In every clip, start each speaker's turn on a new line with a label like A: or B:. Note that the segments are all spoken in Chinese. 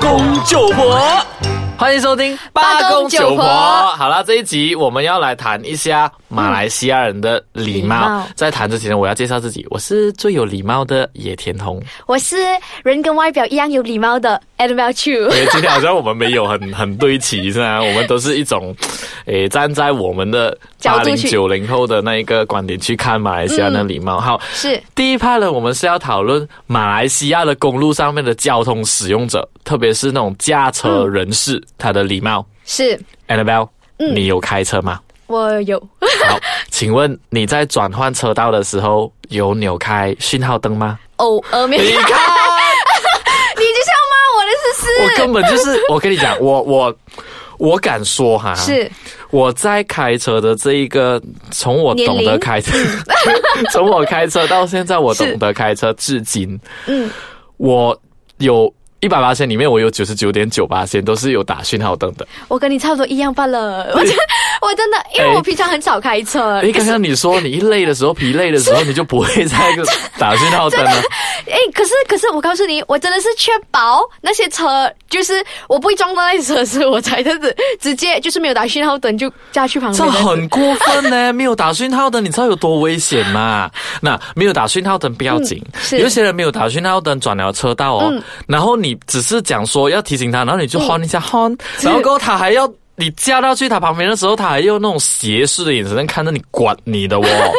A: 公救婆，欢迎收听《
B: 八公九婆
A: 好啦，这一集我们要来谈一下马来西亚人的礼貌。
B: 嗯礼貌
A: 在谈之前，我要介绍自己，我是最有礼貌的野田红。
B: 我是人跟外表一样有礼貌的 Annabelle Chu。
A: 诶，今天好像我们没有很 很对齐，是啊，我们都是一种，诶，站在我们的八
B: 角
A: 零
B: 度去
A: 九零后的那一个观点去看马来西亚的礼貌。好，
B: 嗯是
A: 第一趴呢，我们是要讨论马来西亚的公路上面的交通使用者，特别是那种驾车人士，他的礼貌。
B: 是，
A: Annabelle，、
B: 嗯
A: 你有开车吗？
B: 我有
A: 好，请问你在转换车道的时候有扭开讯号灯吗？
B: 偶尔哦没有， 你
A: 你
B: 就是要
A: 看，
B: 骂我的是是
A: 我根本就是，我跟你讲，我我我敢说哈，
B: 是
A: 我在开车的这一个，从我懂
B: 年
A: 得
B: 龄嗯
A: 开车， 从我开车到现在，我
B: 是
A: 懂得开车至今，
B: 嗯，
A: 我有一百八线里面，我有九十九点九八线都是有打讯号灯的。
B: 我跟你差不多一样罢
A: 哎
B: 了。我真我真的，因为我平常很少开车，
A: 诶，刚刚你说你一累的时候、疲累的时候，你就不会 再打讯号灯了。
B: 哎、可是可是我告诉你，我真的是确保那些车，就是我不会撞到那些车的时候，我才这样子直接就是没有打讯号灯就驾去旁边
A: 这
B: 这样子。
A: 很过分呢、 没有打讯号灯，你知道有多危险 吗？那没有打讯号灯不要紧，
B: 嗯是
A: 有些人没有打讯号灯转了车道哦，
B: 嗯
A: 然后你只是讲说要提醒他，然后你就 hon 一下 hon，、然
B: 嗯
A: 后过后他还要。你驾到去他旁边的时候，他还用那种斜视的眼神看着你，管你 的哦。
B: 哎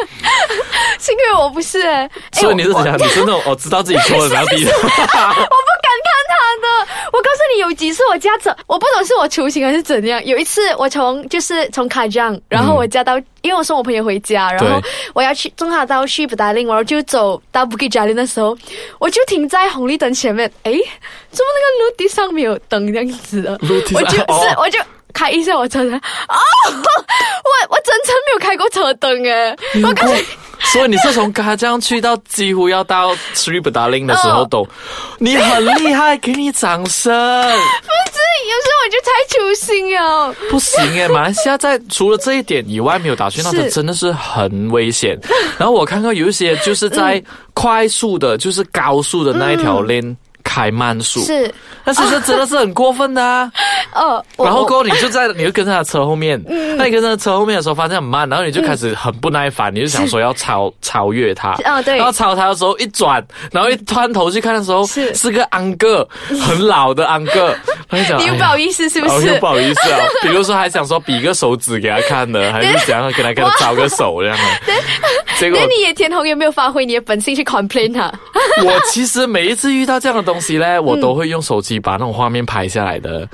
B: 是因为我不是、欸，哎
A: 所以你是
B: 我
A: 怎样？你是那种哦，知道自己错了，然后 低头。
B: 我不敢看他的。我告诉你，有几次我驾车，我不懂是我出行还是怎样。有一次我从就是从卡江，然后我驾到，因为我送我朋友回家，然后
A: 对
B: 我要去中华到去布达令，然后就走到布吉加林的时候，我就停在红绿灯前面，诶，怎么那个陆地上没有灯这样子的？
A: 陆地上
B: 我就是、
A: 哦
B: 我就。开一下我车灯，哦，我我真程没有开过车灯诶，我刚才
A: 所以你是从嘎江去到几乎要到 Sri b a d a l i n 的时候
B: 哦
A: 懂，你很厉害，给你掌声。
B: 有时候我就太粗心了。
A: 不行哎，马来西亚在除了这一点以外，没有打讯号灯
B: 是
A: 真的是很危险。然后我看到有一些就是在快速的，就是高速的那一条 lane 开慢速，
B: 嗯是，
A: 那其实真的是很过分的啊。
B: 哦，我
A: 然后
B: 我
A: 过后你就在，你就跟在他车后面，
B: 嗯
A: 那你跟在他车后面的时候发现很慢，然后你就开始很不耐烦，你就想说要超超越他，
B: 哦对
A: 然后超他的时候一转，然后一探头去看的时候，
B: 是
A: 个安哥，很老的安 哥，然后讲
B: 你又
A: 哎
B: 不
A: 呀
B: 好意思是不
A: 哦，
B: 是？
A: 又不好意思啊。比如说还想说比个手指给他看 的，还是怎样跟他跟他招个手这样的。结果
B: 那你也田红有没有发挥你的本性去 complain 啊 他？
A: 我其实每一次遇到这样的东西
B: 嗯
A: 呢，我都会用手机把那种画面拍下来的。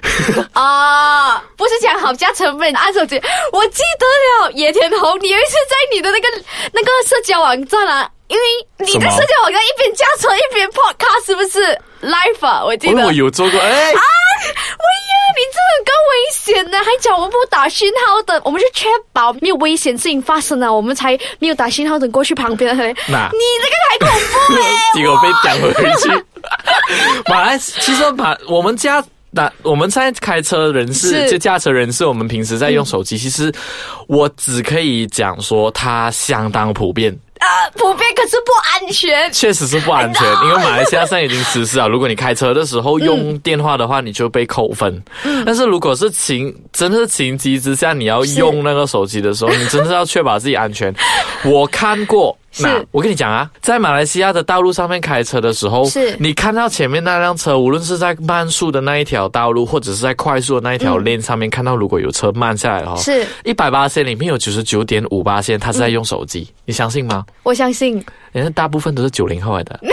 B: 啊、不是讲好加成本按手机，我记得了，野田红，你有一次在你的那个那个社交网站啊，因为你
A: 什
B: 在
A: 么
B: 社交网站一边驾车一边 podcast 是不是 live 啊？我记
A: 因
B: 得，
A: 为
B: 哎
A: 我有做过，哎，
B: 呀，你真的很危险呢、还讲我们不打讯号灯，我们是确保没有危险事情发生啊，我们才没有打讯号灯过去旁边。你
A: 那
B: 这个太恐怖了、
A: 结果被讲回去。 马来，其实马我们家。那我们在开车人士，
B: 是嗯
A: 就驾车人士，我们平时在用手机。其实我只可以讲说，它相当普遍，
B: 啊，普遍可是不安全。
A: 确实是不安全
B: No，
A: 因为马来西亚现在已经实施了。如果你开车的时候
B: 嗯
A: 用电话的话，你就被扣分。但是如果是情，真的是情急之下，你要用那个手机的时候，你真的是要确保自己安 全。我看过。那我跟你讲啊，在马来西亚的道路上面开车的时候，
B: 是
A: 你看到前面那辆车，无论是在慢速的那一条道路，或者是在快速的那一条 lane 上面，看到如果有车慢下来哦，
B: 嗯是嗯
A: 一百八线里面有九十九点五八线，他是在用手机，你相信吗？
B: 我相信。
A: 人家大部分都是九零后来的，
B: 哇，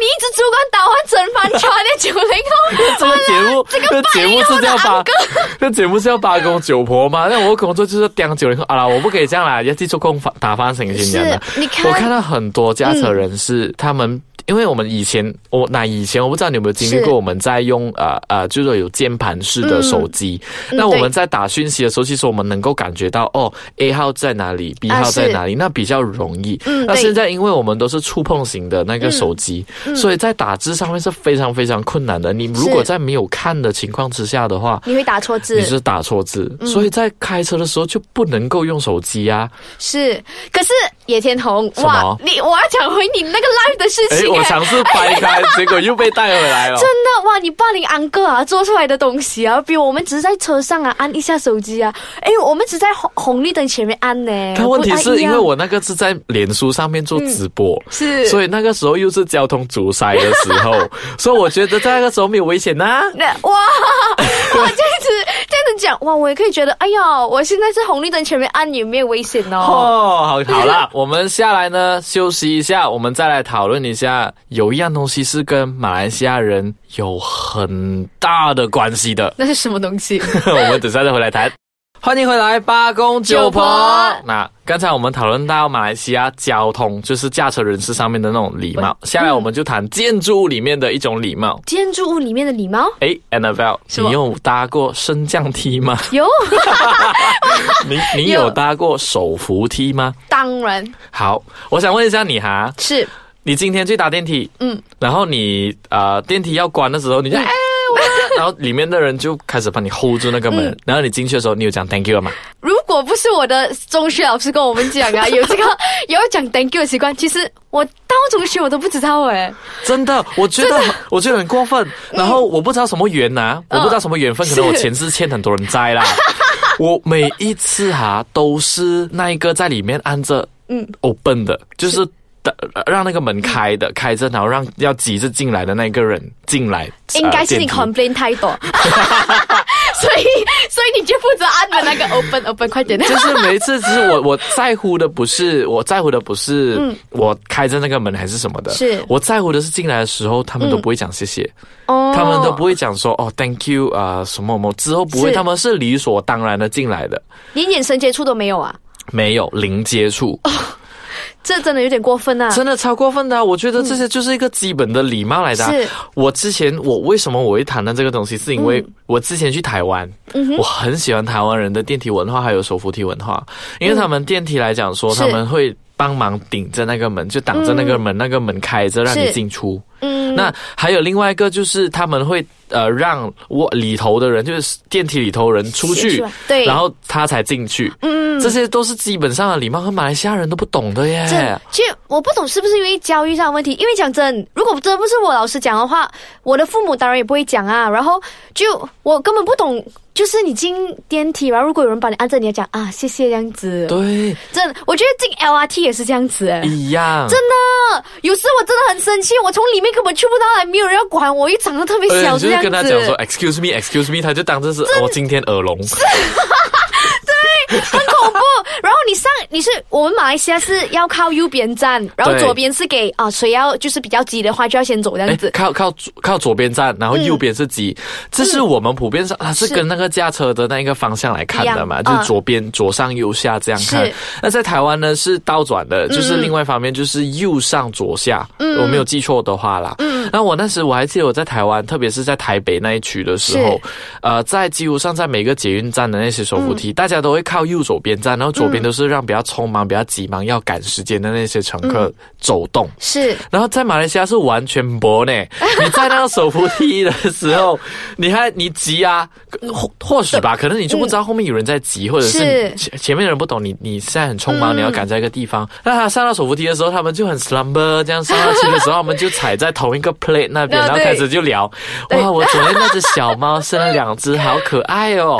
B: 你一直主管打完整盘船的九零后，
A: 这个节目，这个节目是叫八， 这节目是叫八公九婆吗？那我工作就是当九零后啊啦，我不可以这样啦，要记住空打翻神经人的。
B: 是你看嗯
A: 我看到很多驾车人士，他们因为我们以前，我那以前我不知道你有没有经历过，
B: 是
A: 我们在用呃呃，就是说有键盘式的手机。
B: 嗯
A: 那我们
B: 对
A: 在打讯息的时候，其实我们能够感觉到哦，A 号在哪里，B 号在
B: 啊是
A: 哪里，那比较容易。
B: 嗯
A: 那
B: 对
A: 现在因为我们都是触碰型的
B: 嗯
A: 那个手机，所以在打字上面是非常非常困难的。你如果
B: 是
A: 在没有看的情况之下的话，
B: 你会打错字
A: 你是打错字，
B: 嗯
A: 所以在开车的时候就不能够用手机啊。
B: 是可是野田红
A: 什么
B: 你我要讲回你那个 live 的事
A: 哎，
B: 情啊
A: 我我尝试掰开，结果又被带回来了
B: 真。的哇！你霸凌安哥啊，做出来的东西啊，比我们只是在车上啊按一下手机啊，哎，我们只在红红绿灯前面按呢。
A: 但问题
B: 不
A: 是
B: 太
A: 因
B: 一样嗯
A: 为我那个是在脸书上面做直播，
B: 是
A: 所以那个时候又是交通阻塞的时 候，所以我觉得在那个时候没有危险呐、
B: 那 哇哇这样子这样子讲哇，我也可以觉得，哎呀，我现在在红绿灯前面按也没有危险哦。
A: 哦，好，好 啦，我们下来呢休息一下，我们再来讨论一下，有一样东西是跟马来西亚人有很大的关系 的，
B: 那是什么东西？
A: 我们等下再回来谈。欢迎回来，八公九婆
B: 九婆。
A: 那刚才我们讨论到马来西亚交通，就是驾车人士上面的那种礼貌，下来我们就谈建筑物里面的一种礼貌。
B: 建筑物里面的礼 貌
A: 诶 a n n a b e l
B: 什
A: l
B: 么
A: 你有搭过升降梯 吗？
B: 有，
A: 你你
B: 有
A: 有搭过手扶梯吗？
B: 当然
A: 好，我想问一下你哈，
B: 是
A: 你今天去搭电梯，
B: 嗯，
A: 然后你呃电梯要关的时候，你就哎、我，然后里面的人就开始帮你 hold 住那个门，
B: 嗯
A: 然后你进去的时候，你有讲 thank you 了吗？
B: 如果不是我的中学老师跟我们讲 啊，有这个有要讲 thank you 的习惯，其实我到中学我都不知道哎、
A: 真的，我觉得我觉得很过分。然后我不知道什么缘呐、
B: 嗯
A: 我不知道什么缘分，可
B: 是
A: 能我前世欠很多人债啦。我每一次哈、都是那一个在里面按着
B: 嗯
A: open 的，就是的呃让那个门开的，开着，然后让要急着进来的那个人进来。呃
B: 应该是
A: 电
B: 你
A: 梯
B: complain 太 多，所以所以你就负责按的那个 open open 快点。
A: 就是每一次，只是我我 在乎的不是我在乎的不是我开着那个门还是什么的，
B: 嗯是
A: 我在乎的是进来的时候他们都不会讲谢谢，
B: 哦
A: 他们都不会讲说哦 thank you 啊、什么什么，之后不会，
B: 是
A: 他们是理所当然的进来的，
B: 连眼神接触都没有啊，
A: 没有零接触，
B: 这真的有点过分啊！
A: 真的超过分的啊、我觉得这些就是一个基本的礼貌来的啊、
B: 是
A: 我之前我为什么我会谈论这个东西，是因为
B: 嗯
A: 我之前去台湾，我很喜欢台湾人的电梯文化还有手扶梯文化，因为他们电梯来讲说
B: 嗯是
A: 他们会。帮忙顶着那个门，就挡着那个门，那个门开着让你
B: 是
A: 进出。
B: 嗯，
A: 那还有另外一个就是他们会呃让我里头的人，就是电梯里头人出
B: 出
A: 去
B: 去，对
A: 然后他才进去。嗯，这些都是基本上的礼貌，和马来西亚人都不懂的耶。
B: 这哎其实我不懂是不是因为教育上的问题，因为讲真，如果真的不是我老师讲的话，我的父母当然也不会讲啊。然后就我根本不懂，就是你进电梯，然后如果有人把你按着，你要讲啊谢谢这样子。
A: 对，
B: 真的，我觉得进 LRT 也是这样子哎、
A: 一样。
B: 真的，有时我真的很生气，我从里面根本去不到来，没有人要管我，又长得特别
A: 对，
B: 小
A: 哎你就
B: 这
A: 是
B: 样子。
A: 跟他讲说 “excuse me, excuse me”，他就当这是我、今天耳聋。
B: 很恐怖。然后你上你是我们马来西亚是要靠右边站，然后
A: 对
B: 左边是给啊谁要就是比较急的话就要先走这样
A: 哎
B: 子，。嗯
A: 靠靠左靠左边站，然后右边是急，这是我们普遍上它是
B: 是
A: 跟那个驾车的那一个方向来看的嘛，
B: 一样嗯
A: 就是左边、左上右下这样看
B: 是。
A: 那在台湾呢是倒转的，就是另外一方面就是右上左下，
B: 嗯
A: 我没有记错的话啦。嗯，那我那时我还记得我在台湾，特别是在台北那一区的时候
B: 是，
A: 呃，在几乎上在每个捷运站的那些手扶
B: 嗯
A: 梯，大家都会靠右手边站，然后左边都是让比较匆忙、比较急忙要赶时间的那些乘
B: 嗯
A: 客走动。
B: 是
A: 然后在马来西亚是完全薄 呢，你在那个手扶梯的时候，你还你急啊，或或许吧，可能你就不知道后面有人在急，或者是
B: 是嗯
A: 前前面的人不懂你，你现在很匆忙，你要赶在一个地方。那他上到手扶梯的时候，他们就很 slumber，这样上到去的时候，他们就踩在同一个 plate 那边，
B: 啊对
A: 然后开始就聊，
B: 对
A: 哇，我昨天那只小猫生了两只，好可爱哦。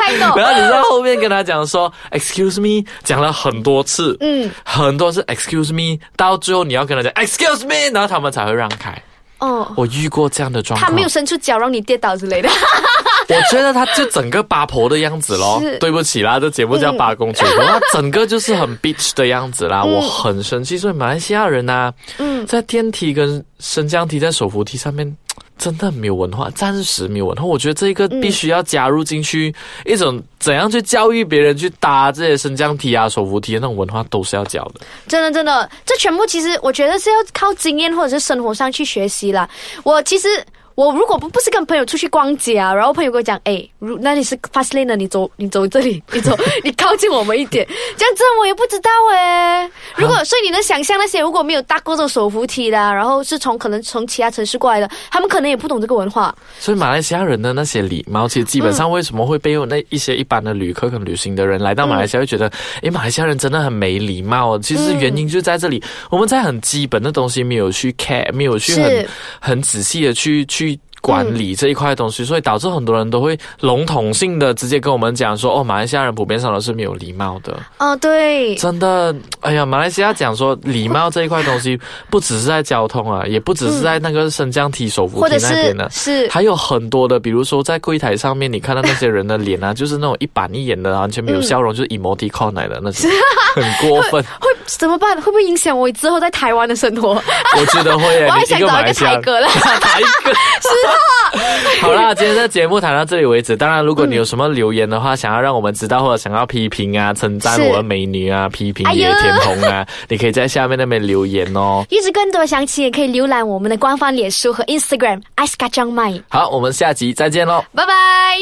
B: 爱
A: 然
B: 的，
A: 后你在后面跟他讲说 “excuse me”，讲了很多次，嗯，很多次 “excuse me”，到最后你要跟他讲 “excuse me”，然后他们才会让开。
B: 哦。
A: 我遇过这样的状况，
B: 他没有伸出脚让你跌倒之类的，
A: 我觉得他就整个八婆的样子咯
B: 是。
A: 对不起啦，这节目叫八 公主，他整个就是很 bitch 的样子啦，我很生气。所以马来西亚人呐、
B: 嗯
A: 在电梯跟升降梯、在手扶梯上面。真的没有文化，暂时没有文化。我觉得这个
B: 嗯
A: 必须要加入进去，一种怎样去教育别人去搭这些升降梯啊、手扶梯的那种文化都是要教的。
B: 真的真的，这全部其实我觉得是要靠经验或者是生活上去学习啦。我其实我如果不不是跟朋友出去逛街啊，然后朋友跟我讲，哎，如那里是 fast lane 的，你走你走这里， 你走你靠近我们一点，这样子我也不知道哎。如果所以你能想象那些如果没有搭过这种手扶梯的啊，然后是从可能从其他城市过来的，他们可能也不懂这个文化。
A: 所以马来西亚人的那些礼貌，其实基本上为什么会被那一些一般的旅客跟旅行的人来到
B: 嗯
A: 马来西亚，会觉得，诶，马来西亚人真的很没礼貌哦。其实
B: 嗯
A: 原因就在这里，我们在很基本的东西没有去 care，没有去很
B: 是嗯
A: 很仔细的去去。管理这一块东西，所以导致很多人都会笼统性的直接跟我们讲说，哦，马来西亚人普遍上都是没有礼貌的。
B: 哦，对，
A: 真的，哎呀，马来西亚讲说礼貌这一块东西，不只是在交通啊，也不只是在那个升降梯、手扶
B: 嗯或
A: 梯那
B: 者是
A: 边啊的，
B: 是
A: 还有很多的，比如说在柜台上面，你看到那些人的脸 啊，就是那种一板一眼的，完全没有笑容，就是 emoticon 来的那
B: 啊
A: 种，很过分。
B: 会怎么办？会不会影响我之后在台湾的生活？
A: 我觉得会
B: 我
A: 啊，
B: 还
A: 你
B: 想
A: 一个马
B: 找一
A: 来
B: 个
A: 西亚
B: 台
A: 人
B: 哥 啊啦。
A: 哪一 个？ 好啦，今天的节目谈到这里为止。当然，如果你有什么留言的话，想要让我们知道，或者想要批评啊、称赞
B: 是
A: 我的美女啊、批评
B: 哎
A: 野
B: 呦
A: 田红啊，你可以在下面那边留言哦。
B: 欲知更多详情，也可以浏览我们的官方脸书和 Instagram i c e k a j a n g m a i
A: 好，我们下集再见喽。
B: 拜拜。